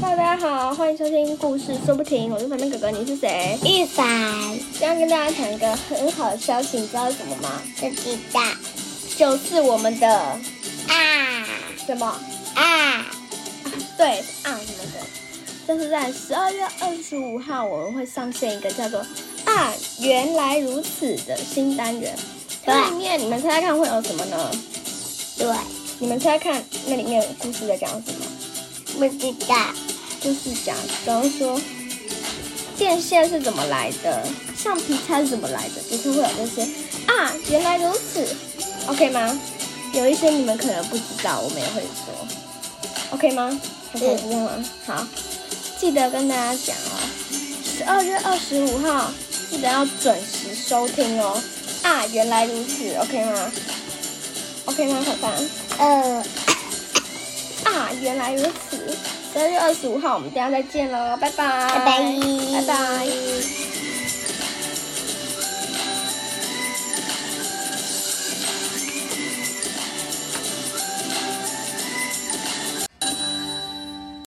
Hello，大家好，欢迎收听故事说不停，我是旁边哥哥，你是谁？玉凡今天跟大家讲一个很好的消息，你知道是什么吗？不知道就是我们的啊什么？啊，对啊什么的，就是在十二月二十五号，我们会上线一个叫做“啊原来如此”的新单元。它对里面你们猜猜看会有什么呢？对，你们猜猜看那里面的故事在讲什么？不知道就是讲，比方说电线是怎么来的，橡皮擦是怎么来的，就是会有这些啊，原来如此，OK 吗？有一些你们可能不知道，我们也会说，OK 吗？还可以这样吗？好，记得跟大家讲哦，十二月二十五号记得要准时收听哦。啊，原来如此，OK 吗？OK 吗，小凡？呃，啊，原来如此。十二月二十五号，我们等一下再见喽，拜拜，拜拜拜拜。